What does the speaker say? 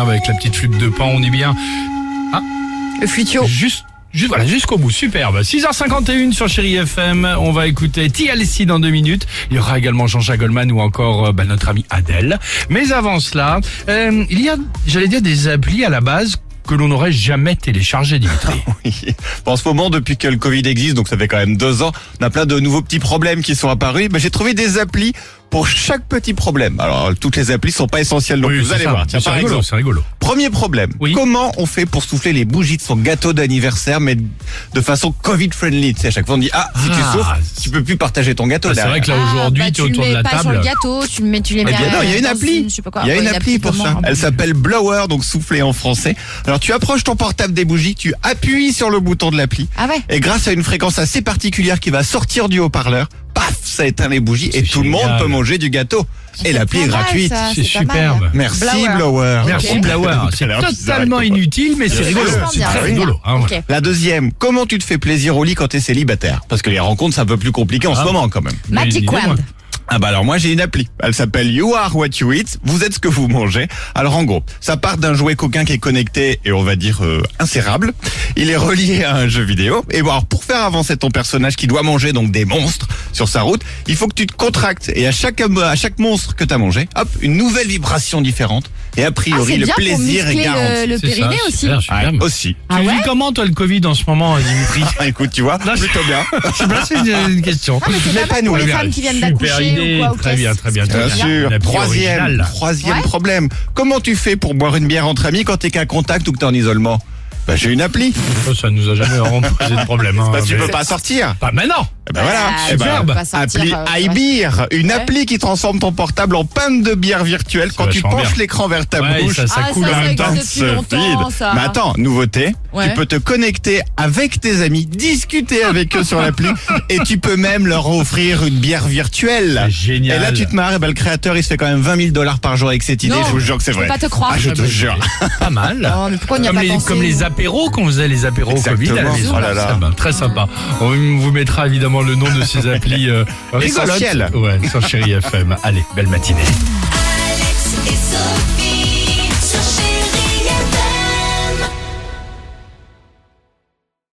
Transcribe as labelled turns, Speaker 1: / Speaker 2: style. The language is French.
Speaker 1: avec la petite flûte de pan, on est bien. Ah.
Speaker 2: Futio.
Speaker 1: Juste, juste voilà, jusqu'au bout, superbe. 6h51 sur Chéri FM, on va écouter TLC dans deux minutes. Il y aura également Jean-Jacques Goldman ou encore euh, bah, notre ami Adèle. Mais avant cela, euh, il y a, j'allais dire, des applis à la base que l'on n'aurait jamais téléchargées, Dimitri.
Speaker 3: Oui. En ce moment, depuis que le Covid existe, donc ça fait quand même deux ans, on a plein de nouveaux petits problèmes qui sont apparus. Mais j'ai trouvé des applis pour chaque petit problème. Alors, toutes les applis sont pas essentielles, donc
Speaker 1: Oui,
Speaker 3: vous
Speaker 1: c'est
Speaker 3: allez
Speaker 1: ça.
Speaker 3: voir. Tiens,
Speaker 1: c'est
Speaker 3: par
Speaker 1: rigolo,
Speaker 3: exemple, Ah,
Speaker 1: c'est rigolo.
Speaker 3: premier problème.
Speaker 1: Oui.
Speaker 3: Comment on fait pour souffler les bougies de son gâteau d'anniversaire, mais de façon Covid-friendly? Tu sais, à chaque fois, on dit, ah, si tu
Speaker 1: Ah.
Speaker 3: souffles, tu peux plus partager ton gâteau.
Speaker 1: Ah, c'est
Speaker 3: derrière.
Speaker 1: vrai que là aujourd'hui,
Speaker 2: Ah, bah,
Speaker 1: tu es autour de la
Speaker 2: mets pas sur
Speaker 1: table.
Speaker 2: le gâteau, tu, le mets, tu les
Speaker 3: Eh
Speaker 2: mets
Speaker 3: bien
Speaker 2: à-
Speaker 3: non, il y a une
Speaker 2: dans
Speaker 3: appli.
Speaker 2: une- je sais pas quoi.
Speaker 3: Il y a
Speaker 2: Ouais,
Speaker 3: une appli pour
Speaker 2: comment,
Speaker 3: ça.
Speaker 2: hein.
Speaker 3: Elle s'appelle Blower, donc souffler en français. Alors tu approches ton portable des bougies, tu appuies sur le bouton de l'appli,
Speaker 2: Ah ouais
Speaker 3: et grâce à une fréquence assez particulière qui va sortir du haut-parleur, paf, ça éteint les bougies et
Speaker 1: C'est
Speaker 3: tout le monde
Speaker 1: génial.
Speaker 3: peut manger du gâteau. Et l'appli est
Speaker 2: pas mal,
Speaker 3: gratuite.
Speaker 2: ça,
Speaker 1: C'est
Speaker 2: hein, pas mal.
Speaker 1: superbe.
Speaker 3: Merci
Speaker 2: Blower.
Speaker 3: Blower.
Speaker 1: Merci
Speaker 2: Ok.
Speaker 1: Blawar. C'est
Speaker 3: Alors, c'est
Speaker 1: totalement
Speaker 3: vrai que-
Speaker 1: inutile, mais c'est
Speaker 3: Euh, C'est
Speaker 1: rigolo.
Speaker 2: vachement
Speaker 1: C'est
Speaker 2: bien,
Speaker 1: très
Speaker 2: Ah, c'est
Speaker 1: rigolo. hein, voilà.
Speaker 2: Ok.
Speaker 3: La deuxième, comment tu te fais plaisir au lit quand t'es célibataire Parce que les rencontres c'est un peu plus compliqué en ce
Speaker 1: Ah.
Speaker 3: moment quand même.
Speaker 1: Mais
Speaker 2: Magic
Speaker 1: dis-moi.
Speaker 2: Wand.
Speaker 3: Ah bah alors moi j'ai une appli. Elle s'appelle You Are What You Eat. Vous êtes ce que vous mangez. Alors en gros, ça part d'un jouet coquin qui est connecté et on va dire euh, insérable. Il est relié à un jeu vidéo. Et bon alors pour faire avancer ton personnage qui doit manger donc des monstres sur sa route, il faut que tu te contractes et à chaque à chaque monstre que t'as mangé, hop, une nouvelle vibration différente. Et a
Speaker 2: Ah,
Speaker 3: priori
Speaker 2: c'est
Speaker 3: le
Speaker 2: bien pour
Speaker 3: plaisir
Speaker 2: muscler
Speaker 3: est garanti.
Speaker 2: le, le
Speaker 1: C'est ça,
Speaker 2: périnée aussi.
Speaker 1: super,
Speaker 3: Ouais,
Speaker 1: superbe.
Speaker 3: aussi.
Speaker 2: Ah
Speaker 1: tu le
Speaker 2: ouais
Speaker 1: vis comment toi le Covid en ce moment, Dimitri
Speaker 3: Écoute, tu vois,
Speaker 1: Non, je-
Speaker 3: plutôt bien.
Speaker 1: Je sais pas, c'est une, une question.
Speaker 2: Ah, mais c'est
Speaker 3: Mais
Speaker 2: pas
Speaker 3: pas
Speaker 2: mal
Speaker 3: nous,
Speaker 2: pour les
Speaker 3: le
Speaker 2: femmes qui viennent
Speaker 1: Super
Speaker 2: d'accoucher
Speaker 1: idée.
Speaker 2: ou quoi. ou
Speaker 1: Très
Speaker 2: qu'est-ce-
Speaker 1: bien, très bien,
Speaker 2: c'est
Speaker 1: très
Speaker 3: Bien
Speaker 1: bien.
Speaker 3: sûr.
Speaker 1: La plus
Speaker 3: Troisième,
Speaker 1: originale.
Speaker 3: troisième
Speaker 2: Ouais.
Speaker 3: problème. Comment tu fais pour boire une bière entre amis quand t'es qu'un contact ou que t'es en isolement Bah j'ai une appli.
Speaker 1: Oh, Ça, ça nous a jamais vraiment posé de problème. Hein,
Speaker 3: Bah tu
Speaker 1: mais-
Speaker 3: peux pas sortir.
Speaker 1: Pas maintenant.
Speaker 3: Eh ben voilà.
Speaker 2: Ah,
Speaker 3: Eh ben,
Speaker 1: superbe.
Speaker 2: Pas sortir,
Speaker 3: appli
Speaker 2: euh, ouais.
Speaker 3: iBeer, une
Speaker 2: Ouais.
Speaker 3: appli qui transforme ton portable en panne de bière virtuelle quand tu
Speaker 1: vachement
Speaker 3: penches
Speaker 1: bien.
Speaker 3: l'écran vers ta
Speaker 1: Ouais,
Speaker 3: bouche.
Speaker 1: ça, ça
Speaker 2: Ah,
Speaker 1: coule
Speaker 2: ça,
Speaker 1: en
Speaker 2: ça
Speaker 1: même temps.
Speaker 2: existe. depuis longtemps, ça.
Speaker 3: Mais Bah, attends, nouveauté,
Speaker 2: Ouais.
Speaker 3: tu peux te connecter avec tes amis, discuter avec eux sur l'appli, et tu peux même leur offrir une bière virtuelle.
Speaker 1: C'est génial.
Speaker 3: Et là, tu te marres, et ben, le créateur, il se fait quand même 20 000 dollars par jour avec cette idée,
Speaker 2: Non,
Speaker 3: je vous jure que c'est
Speaker 2: je peux
Speaker 3: vrai.
Speaker 2: pas te croire.
Speaker 3: Ah, je
Speaker 1: Ah,
Speaker 3: te
Speaker 1: bah,
Speaker 3: jure.
Speaker 1: c'est Pas mal.
Speaker 2: Non, mais pourquoi on n'y a
Speaker 1: Comme
Speaker 2: pas
Speaker 1: les,
Speaker 2: pensé,
Speaker 1: comme les
Speaker 2: nous
Speaker 1: apéros qu'on faisait, les apéros
Speaker 3: Exactement.
Speaker 1: Covid ah, à la maison.
Speaker 3: Oh là là.
Speaker 1: Sympa, très sympa. On vous mettra évidemment le nom de ces applis euh, rigolotes.
Speaker 3: Essentielles.
Speaker 1: Ouais, sur Chéri FM. Allez, belle matinée.
Speaker 4: Alex et Sophie.